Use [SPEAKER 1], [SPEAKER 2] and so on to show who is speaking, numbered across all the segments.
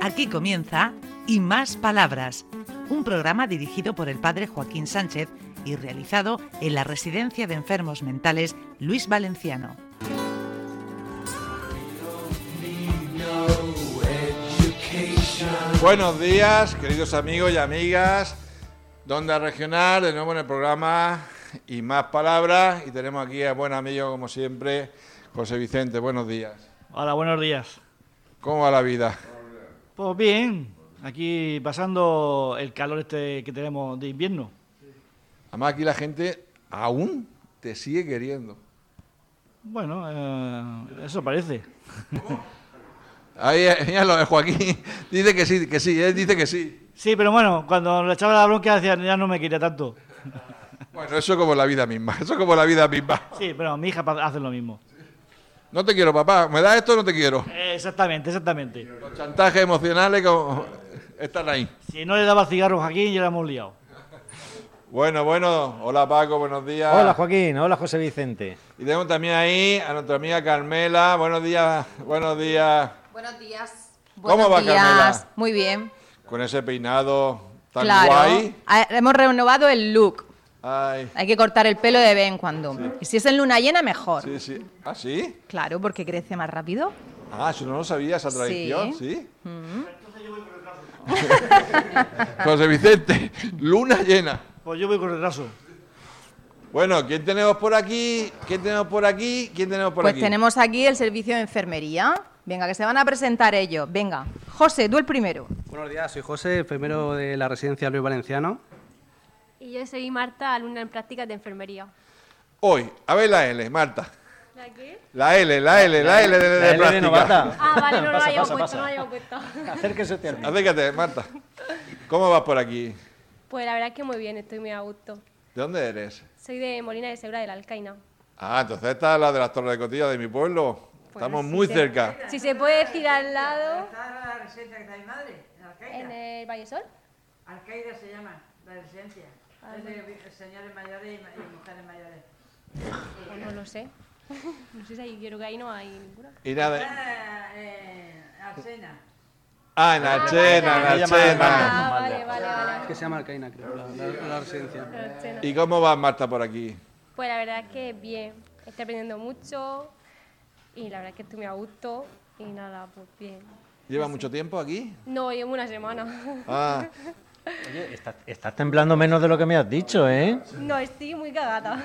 [SPEAKER 1] Aquí comienza Y Más Palabras, un programa dirigido por el padre Joaquín Sánchez y realizado en la Residencia de Enfermos Mentales Luis Valenciano.
[SPEAKER 2] Buenos días, queridos amigos y amigas. Donde Regional, de nuevo en el programa y más palabras. Y tenemos aquí a buen amigo, como siempre, José Vicente. Buenos días.
[SPEAKER 3] Hola, buenos días.
[SPEAKER 2] ¿Cómo va la vida?
[SPEAKER 3] Pues bien, aquí pasando el calor este que tenemos de invierno.
[SPEAKER 2] Además, aquí la gente aún te sigue queriendo.
[SPEAKER 3] Bueno, eh, eso parece.
[SPEAKER 2] Ahí, mira lo de Joaquín. Dice que sí, que sí, él dice que sí.
[SPEAKER 3] Sí, pero bueno, cuando le echaba la bronca decía, ya no me quería tanto.
[SPEAKER 2] Bueno, eso como la vida misma, eso como la vida misma.
[SPEAKER 3] Sí, pero mi hija pa- hace lo mismo.
[SPEAKER 2] No te quiero, papá. ¿Me das esto o no te quiero?
[SPEAKER 3] Eh, Exactamente, exactamente.
[SPEAKER 2] Los chantajes emocionales como- están ahí.
[SPEAKER 3] Si no le daba cigarros aquí, ya la hemos liado.
[SPEAKER 2] Bueno, bueno. Hola, Paco. Buenos días.
[SPEAKER 4] Hola Joaquín, hola José Vicente.
[SPEAKER 2] Y tenemos también ahí a nuestra amiga Carmela. Buenos días, buenos días.
[SPEAKER 5] Buenos días.
[SPEAKER 2] ¿Cómo
[SPEAKER 5] Buenos
[SPEAKER 2] va,
[SPEAKER 5] días.
[SPEAKER 2] Carmela?
[SPEAKER 5] Muy bien.
[SPEAKER 2] Con ese peinado tan
[SPEAKER 5] claro.
[SPEAKER 2] guay.
[SPEAKER 5] Ah, Hemos renovado el look.
[SPEAKER 2] Ay,
[SPEAKER 5] Hay que cortar el pelo de vez en cuando. Y si es en luna llena, mejor.
[SPEAKER 2] sí, sí. ¿Ah, sí?
[SPEAKER 5] Claro, porque crece más rápido.
[SPEAKER 2] Ah, yo no lo sabía esa tradición,
[SPEAKER 5] Sí. Mm.
[SPEAKER 2] ¿sí? José Vicente, luna llena.
[SPEAKER 3] Pues yo voy con retraso.
[SPEAKER 2] Bueno, ¿quién tenemos por aquí? ¿Quién tenemos por aquí? ¿Quién tenemos por
[SPEAKER 5] pues
[SPEAKER 2] aquí?
[SPEAKER 5] tenemos aquí el servicio de enfermería. Venga, que se van a presentar ellos. Venga, José, tú el primero.
[SPEAKER 6] Buenos días, soy José, enfermero de la residencia Luis Valenciano.
[SPEAKER 7] Y yo soy Marta, alumna en prácticas de enfermería.
[SPEAKER 2] Hoy, a ver la L, Marta.
[SPEAKER 7] ¿La qué?
[SPEAKER 2] La L, la L, la L de, de,
[SPEAKER 4] La L de
[SPEAKER 2] práctica.
[SPEAKER 4] novata.
[SPEAKER 7] Ah, vale, no, no
[SPEAKER 4] Pasa,
[SPEAKER 7] la llevo
[SPEAKER 4] pasa,
[SPEAKER 7] puesta,
[SPEAKER 4] pasa.
[SPEAKER 7] no la llevo puesta.
[SPEAKER 4] Acérquese usted al micro.
[SPEAKER 2] Acércate, Marta. ¿Cómo vas por aquí?
[SPEAKER 7] Pues la verdad es que muy bien, estoy muy a gusto.
[SPEAKER 2] ¿De dónde eres?
[SPEAKER 7] Soy de Molina de Segura de la Alcaina.
[SPEAKER 2] Ah, entonces esta es la de las Torres de Cotilla de mi pueblo.
[SPEAKER 7] Bueno,
[SPEAKER 2] Estamos
[SPEAKER 7] si
[SPEAKER 2] muy
[SPEAKER 7] Pues se-
[SPEAKER 2] cerca.
[SPEAKER 7] Si se puede decir al lado,
[SPEAKER 8] Está la residencia que está mi madre, en Alcaida.
[SPEAKER 7] en el Valle Sol. Ah,
[SPEAKER 8] Alcaida se llama, la residencia. Es de vi- señores mayores y, ma- y mujeres mayores.
[SPEAKER 7] Pues no lo sé. No sé si ahí quiero que ahí no hay ninguna.
[SPEAKER 2] Y nada.
[SPEAKER 8] Ah, eh, Alcena.
[SPEAKER 2] Ah, en Archena, en Archena.
[SPEAKER 7] Ah, vale, vale, vale.
[SPEAKER 6] Que se llama Alcaina, creo, la, la- la residencia.
[SPEAKER 7] No sé, no.
[SPEAKER 2] ¿Y cómo vas, Marta, por aquí?
[SPEAKER 7] Pues la verdad es que bien, estoy aprendiendo mucho y la verdad es que estoy muy a gusto y nada, pues bien.
[SPEAKER 2] ¿Llevas mucho tiempo aquí?
[SPEAKER 7] No, llevo una semana.
[SPEAKER 2] Ah,
[SPEAKER 4] Oye, estás, estás temblando menos de lo que me has dicho, ¿eh?
[SPEAKER 7] No, estoy muy cagada.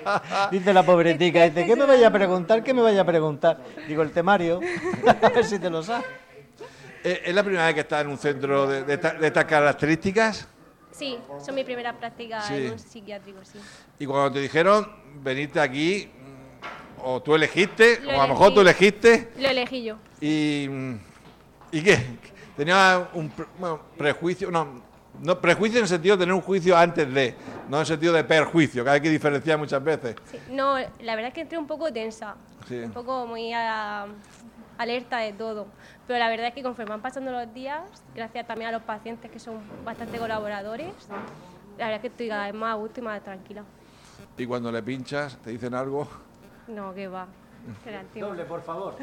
[SPEAKER 3] Ah.
[SPEAKER 4] Dice la pobretica, dice, ¿qué me vaya a preguntar? ¿Qué me vaya a preguntar? Digo, el temario, a ver si te lo sabes.
[SPEAKER 2] eh, ¿es es la primera vez que estás en un centro de, de esta- de estas características?
[SPEAKER 7] Sí, son mi primera práctica
[SPEAKER 2] Sí.
[SPEAKER 7] en un psiquiátrico, sí.
[SPEAKER 2] Y cuando te dijeron venirte aquí, mm, o tú elegiste,
[SPEAKER 7] Lo
[SPEAKER 2] o a lo mejor tú
[SPEAKER 7] elegí.
[SPEAKER 2] elegiste,
[SPEAKER 7] Lo elegí yo.
[SPEAKER 2] y. mm, ¿Y qué? Tenía un pre- bueno, prejuicio, no, no, prejuicio en el sentido de tener un juicio antes de, no en el sentido de perjuicio, que hay que diferenciar muchas veces.
[SPEAKER 7] Sí. No, la verdad es que entré un poco tensa,
[SPEAKER 2] Sí.
[SPEAKER 7] un poco muy ah, alerta de todo. Pero la verdad es que conforme van pasando los días, gracias también a los pacientes que son bastante colaboradores, la verdad es que estoy cada vez más a gusto y más tranquila.
[SPEAKER 2] Y cuando le pinchas, te dicen algo.
[SPEAKER 7] No, que va. que la antigua.
[SPEAKER 4] Doble, por favor.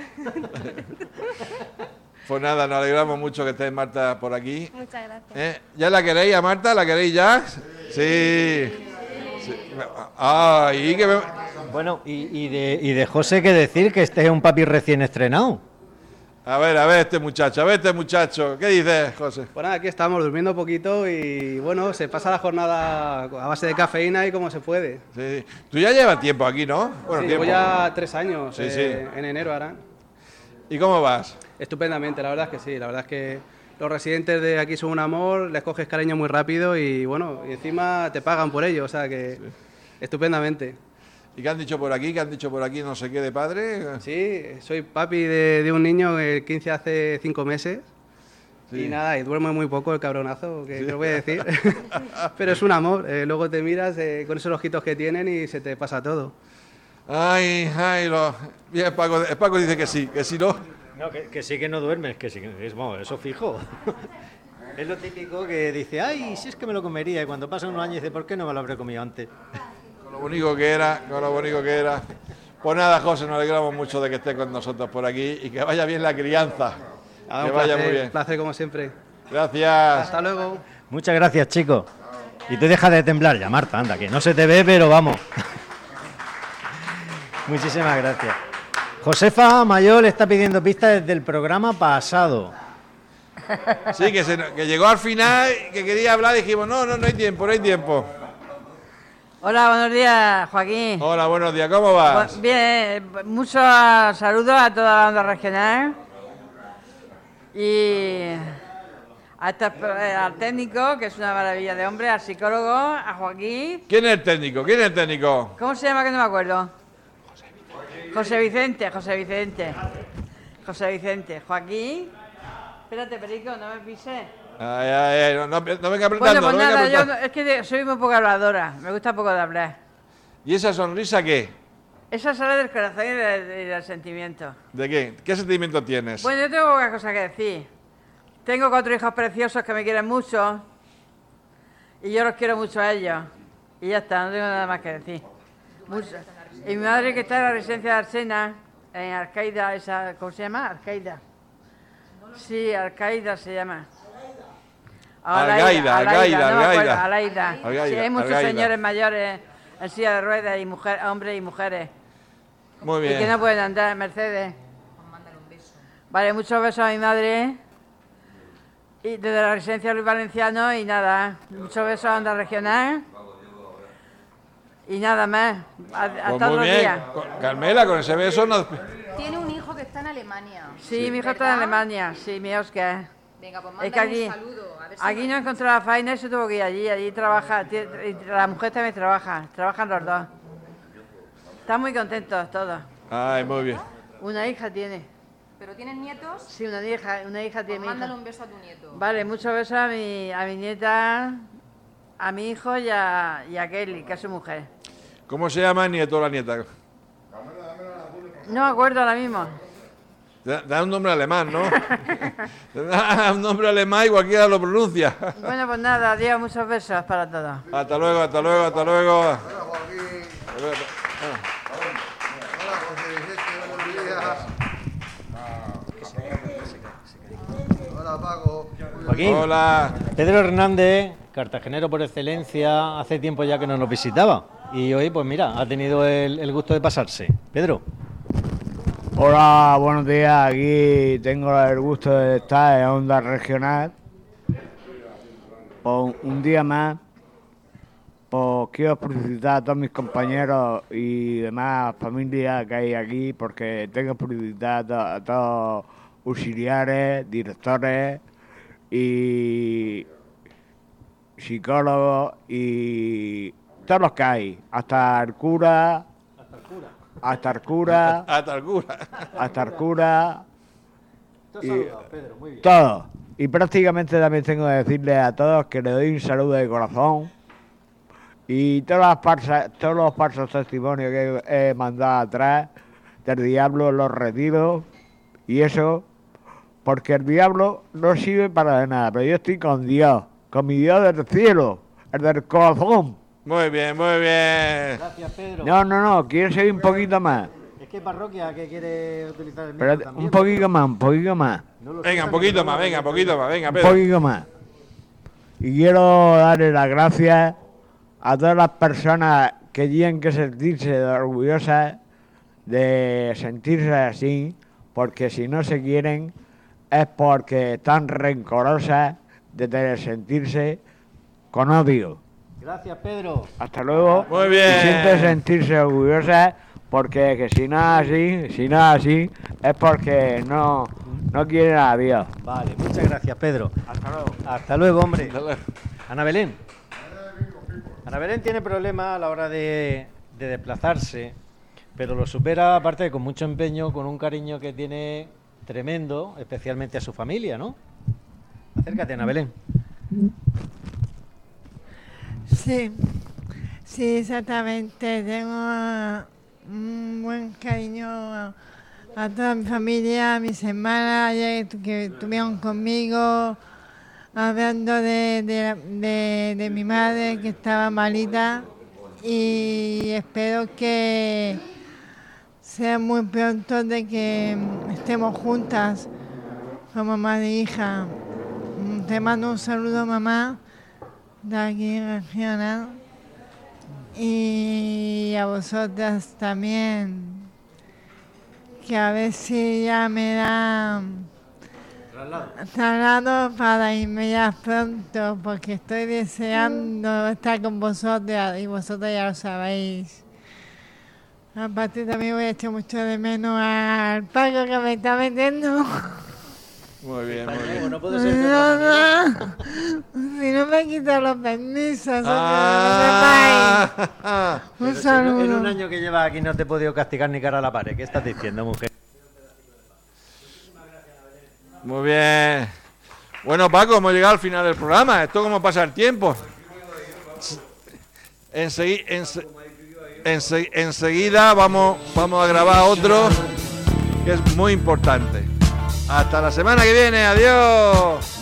[SPEAKER 2] Pues nada, nos alegramos mucho que estés Marta por aquí.
[SPEAKER 7] Muchas gracias.
[SPEAKER 2] ¿Eh? ¿Ya la queréis a Marta? ¿La queréis ya? Sí. Sí. Ay, que me-
[SPEAKER 4] Bueno, y, y de, y de José que decir que este es un papi recién estrenado.
[SPEAKER 2] A ver, a ver este muchacho, a ver este muchacho. ¿Qué dices, José?
[SPEAKER 6] Bueno, Pues aquí estamos durmiendo poquito y bueno, se pasa la jornada a base de cafeína y como se puede.
[SPEAKER 2] Sí. Tú ya llevas tiempo aquí, ¿no? Bueno,
[SPEAKER 6] Sí,
[SPEAKER 2] tiempo.
[SPEAKER 6] llevo ya tres años,
[SPEAKER 2] Sí,
[SPEAKER 6] eh,
[SPEAKER 2] sí.
[SPEAKER 6] en enero hará.
[SPEAKER 2] ¿Y cómo vas?
[SPEAKER 6] Estupendamente, la verdad es que sí, la verdad es que los residentes de aquí son un amor, les coges cariño muy rápido y bueno, y encima te pagan por ello, o sea que estupendamente.
[SPEAKER 2] ¿Y qué han dicho por aquí? ¿Qué han dicho por aquí? No sé qué de padre.
[SPEAKER 6] Sí, soy papi de, de un niño el 15 hace 5 meses.
[SPEAKER 2] Sí.
[SPEAKER 6] Y nada, y duerme muy poco el cabronazo, que que lo voy a decir. Pero es un amor. eh, luego te miras eh, con esos ojitos que tienen y se te pasa todo.
[SPEAKER 2] Ay, ay, lo... Bien, Paco, Paco dice que sí, que si no.
[SPEAKER 4] No, que, que sí que no duermes, que sí que es, vamos, eso fijo. Es lo típico que dice, ay, si es que me lo comería. Y cuando pasan unos años dice, ¿por qué no me lo habré comido antes?
[SPEAKER 2] Con lo bonito que era, con lo bonito que era. Pues nada, José, nos alegramos mucho de que estés con nosotros por aquí y que vaya bien la crianza.
[SPEAKER 6] Nada,
[SPEAKER 2] Que
[SPEAKER 6] Ah,
[SPEAKER 2] vaya
[SPEAKER 6] un placer,
[SPEAKER 2] muy bien.
[SPEAKER 6] placer como siempre.
[SPEAKER 2] Gracias.
[SPEAKER 6] Hasta luego.
[SPEAKER 4] Muchas gracias, chicos. Y tú deja de temblar ya, Marta, anda, que no se te ve, pero vamos. Muchísimas gracias. Josefa Mayor está pidiendo pistas desde el programa pasado.
[SPEAKER 2] Sí, que, se- que llegó al final, que quería hablar, dijimos, no, no, no hay tiempo, no hay tiempo.
[SPEAKER 8] Hola, buenos días, Joaquín.
[SPEAKER 2] Hola, buenos días, ¿cómo vas?
[SPEAKER 8] Bu- Bien, eh, muchos saludos a toda la onda regional y a estos pro- eh, al técnico, que es una maravilla de hombre, al psicólogo, a Joaquín.
[SPEAKER 2] ¿Quién es el técnico? ¿Quién es el técnico?
[SPEAKER 8] ¿Cómo se llama que no me acuerdo? José Vicente, José Vicente. José Vicente, Joaquín. Espérate, Perico, no me pises.
[SPEAKER 2] Ay, ay, ay, no, no, no venga apretando,
[SPEAKER 8] Bueno, pues
[SPEAKER 2] no venga
[SPEAKER 8] nada, yo
[SPEAKER 2] apretando.
[SPEAKER 8] no- es que de- soy muy poco habladora, me gusta poco de hablar.
[SPEAKER 2] ¿Y esa sonrisa qué?
[SPEAKER 8] Esa sale del corazón y, de- y del sentimiento.
[SPEAKER 2] ¿De qué? ¿Qué sentimiento tienes?
[SPEAKER 8] Bueno, yo tengo pocas cosas que decir. Tengo cuatro hijos preciosos que me quieren mucho y yo los quiero mucho a ellos. Y ya está, no tengo nada más que decir. Mucho. Y mi madre que está en la residencia de Arsena, en Arcaida, esa, ¿cómo se llama? Arcaida. Sí, Arcaida se llama.
[SPEAKER 2] Algaida, Algaida,
[SPEAKER 8] no me acuerdo,
[SPEAKER 2] Algaida.
[SPEAKER 8] Alaida.
[SPEAKER 2] Algaida,
[SPEAKER 8] Sí, hay muchos
[SPEAKER 2] Algaida.
[SPEAKER 8] señores mayores en silla de ruedas y mujer, hombres y mujeres.
[SPEAKER 2] Muy
[SPEAKER 8] Y que
[SPEAKER 2] bien.
[SPEAKER 8] no pueden andar, Mercedes. Vale, muchos besos a mi madre. ¿eh? Y desde la residencia Luis Valenciano y nada. Muchos besos a Onda Regional. Y nada más. A-
[SPEAKER 2] Pues
[SPEAKER 8] Hasta
[SPEAKER 2] muy
[SPEAKER 8] otro
[SPEAKER 2] bien.
[SPEAKER 8] día.
[SPEAKER 2] Con- Carmela, con ese beso no...
[SPEAKER 5] Tiene un hijo que está en Alemania.
[SPEAKER 8] Sí, mi hijo está en
[SPEAKER 5] ¿Verdad?
[SPEAKER 8] Alemania. Sí, mi Oscar.
[SPEAKER 5] Venga, pues
[SPEAKER 8] Es que
[SPEAKER 5] mándale
[SPEAKER 8] aquí,
[SPEAKER 5] un saludo. A ver si
[SPEAKER 8] aquí no encontró la faena y se tuvo que ir allí. Allí trabaja. ti- y La mujer también trabaja. Trabajan los dos. Están muy contentos todos.
[SPEAKER 2] Ay, muy bien.
[SPEAKER 8] Una hija tiene.
[SPEAKER 5] Pero tienen nietos,
[SPEAKER 8] Sí, una hija, una hija
[SPEAKER 5] pues
[SPEAKER 8] tiene mi hijo.
[SPEAKER 5] mándale un beso a tu nieto.
[SPEAKER 8] Vale, muchos besos a mi, a mi nieta, a mi hijo y a, y a Kelly, que es su mujer.
[SPEAKER 2] ¿Cómo se llama el nieto o la nieta?
[SPEAKER 8] No me acuerdo ahora mismo.
[SPEAKER 2] Da, da un nombre alemán, ¿no? da un nombre alemán y cualquiera lo pronuncia.
[SPEAKER 8] Bueno, pues nada, adiós, muchos besos para todos.
[SPEAKER 2] hasta luego, hasta luego, hasta luego.
[SPEAKER 9] Hola Paco.
[SPEAKER 4] Joaquín,
[SPEAKER 2] Hola.
[SPEAKER 4] Pedro Hernández, cartagenero por excelencia, hace tiempo ya que no nos visitaba. Y hoy, pues mira, ha tenido el, el gusto de pasarse. Pedro,
[SPEAKER 10] Hola, buenos días. Aquí tengo el gusto de estar en Onda Regional. Por un día más, pues quiero felicitar a todos mis compañeros y demás familias que hay aquí, porque tengo que felicitar a, to- a todos auxiliares, directores y psicólogos y todos los que hay, hasta el cura. Hasta el cura
[SPEAKER 2] Hasta el cura.
[SPEAKER 10] hasta el cura. Y, Todo. Y prácticamente también tengo que decirle a todos que le doy un saludo de corazón. Y todas las falsas- todos los falsos testimonios que he mandado atrás del diablo los retiro. Y eso, porque el diablo no sirve para de nada. Pero yo estoy con Dios, con mi Dios del cielo, el del corazón.
[SPEAKER 2] Muy bien, muy bien.
[SPEAKER 4] Gracias, Pedro.
[SPEAKER 10] No, no, no, quiero seguir un poquito más.
[SPEAKER 4] Es que parroquia que quiere utilizar el micro
[SPEAKER 10] Pero
[SPEAKER 4] también.
[SPEAKER 10] un poquito más, un poquito más.
[SPEAKER 4] No lo
[SPEAKER 2] Venga,
[SPEAKER 4] sé,
[SPEAKER 2] un poquito
[SPEAKER 4] pero-
[SPEAKER 2] más, venga, un poquito más, venga,
[SPEAKER 10] un
[SPEAKER 2] Pedro.
[SPEAKER 10] poquito más. Y quiero darle las gracias a todas las personas que tienen que sentirse orgullosas de sentirse así, porque si no se quieren es porque están rencorosas de tener- sentirse con odio.
[SPEAKER 4] Gracias, Pedro.
[SPEAKER 10] Hasta luego.
[SPEAKER 2] Muy bien.
[SPEAKER 10] Y siento sentirse orgullosa porque que si no es así, si no es así, es porque no, no quieren a Dios.
[SPEAKER 4] Vale, muchas gracias, Pedro.
[SPEAKER 10] Hasta luego.
[SPEAKER 4] Hasta luego, hombre. Ana Belén. Ana Belén tiene problemas a la hora de, de desplazarse, pero lo supera, aparte, de con mucho empeño, con un cariño que tiene tremendo, especialmente a su familia, ¿no? Acércate, Ana Belén.
[SPEAKER 11] Sí, sí, exactamente. Tengo ah, un buen cariño a, a toda mi familia, a mis hermanas ayer que tu- que estuvieron conmigo, hablando de, de la- de- de mi madre que estaba malita y espero que sea muy pronto de que estemos mm, juntas como madre e hija. Mm, Te mando un saludo, mamá, de aquí regional. Y a vosotras también. Que a ver si ya me dan traslado para irme ya pronto, porque estoy deseando estar con vosotras y vosotras ya lo sabéis. Ah, Aparte Este también voy a echar mucho de menos al Paco que me está metiendo.
[SPEAKER 2] Muy bien, muy bien.
[SPEAKER 11] Ah, No, no. Si no me quitan los permisos,
[SPEAKER 2] Ah.
[SPEAKER 11] no me vais.
[SPEAKER 4] Pero
[SPEAKER 11] Un
[SPEAKER 4] si no- en un
[SPEAKER 11] saludo.
[SPEAKER 4] año que llevas aquí no te he podido castigar ni cara a la pared. ¿Qué estás diciendo, mujer?
[SPEAKER 2] Muy bien. Bueno, Paco, hemos llegado al final del programa. Esto como pasa el tiempo. Ensegui- ense- ense- enseguida vamos, vamos a grabar otro que es muy importante. Hasta la semana que viene. Adiós.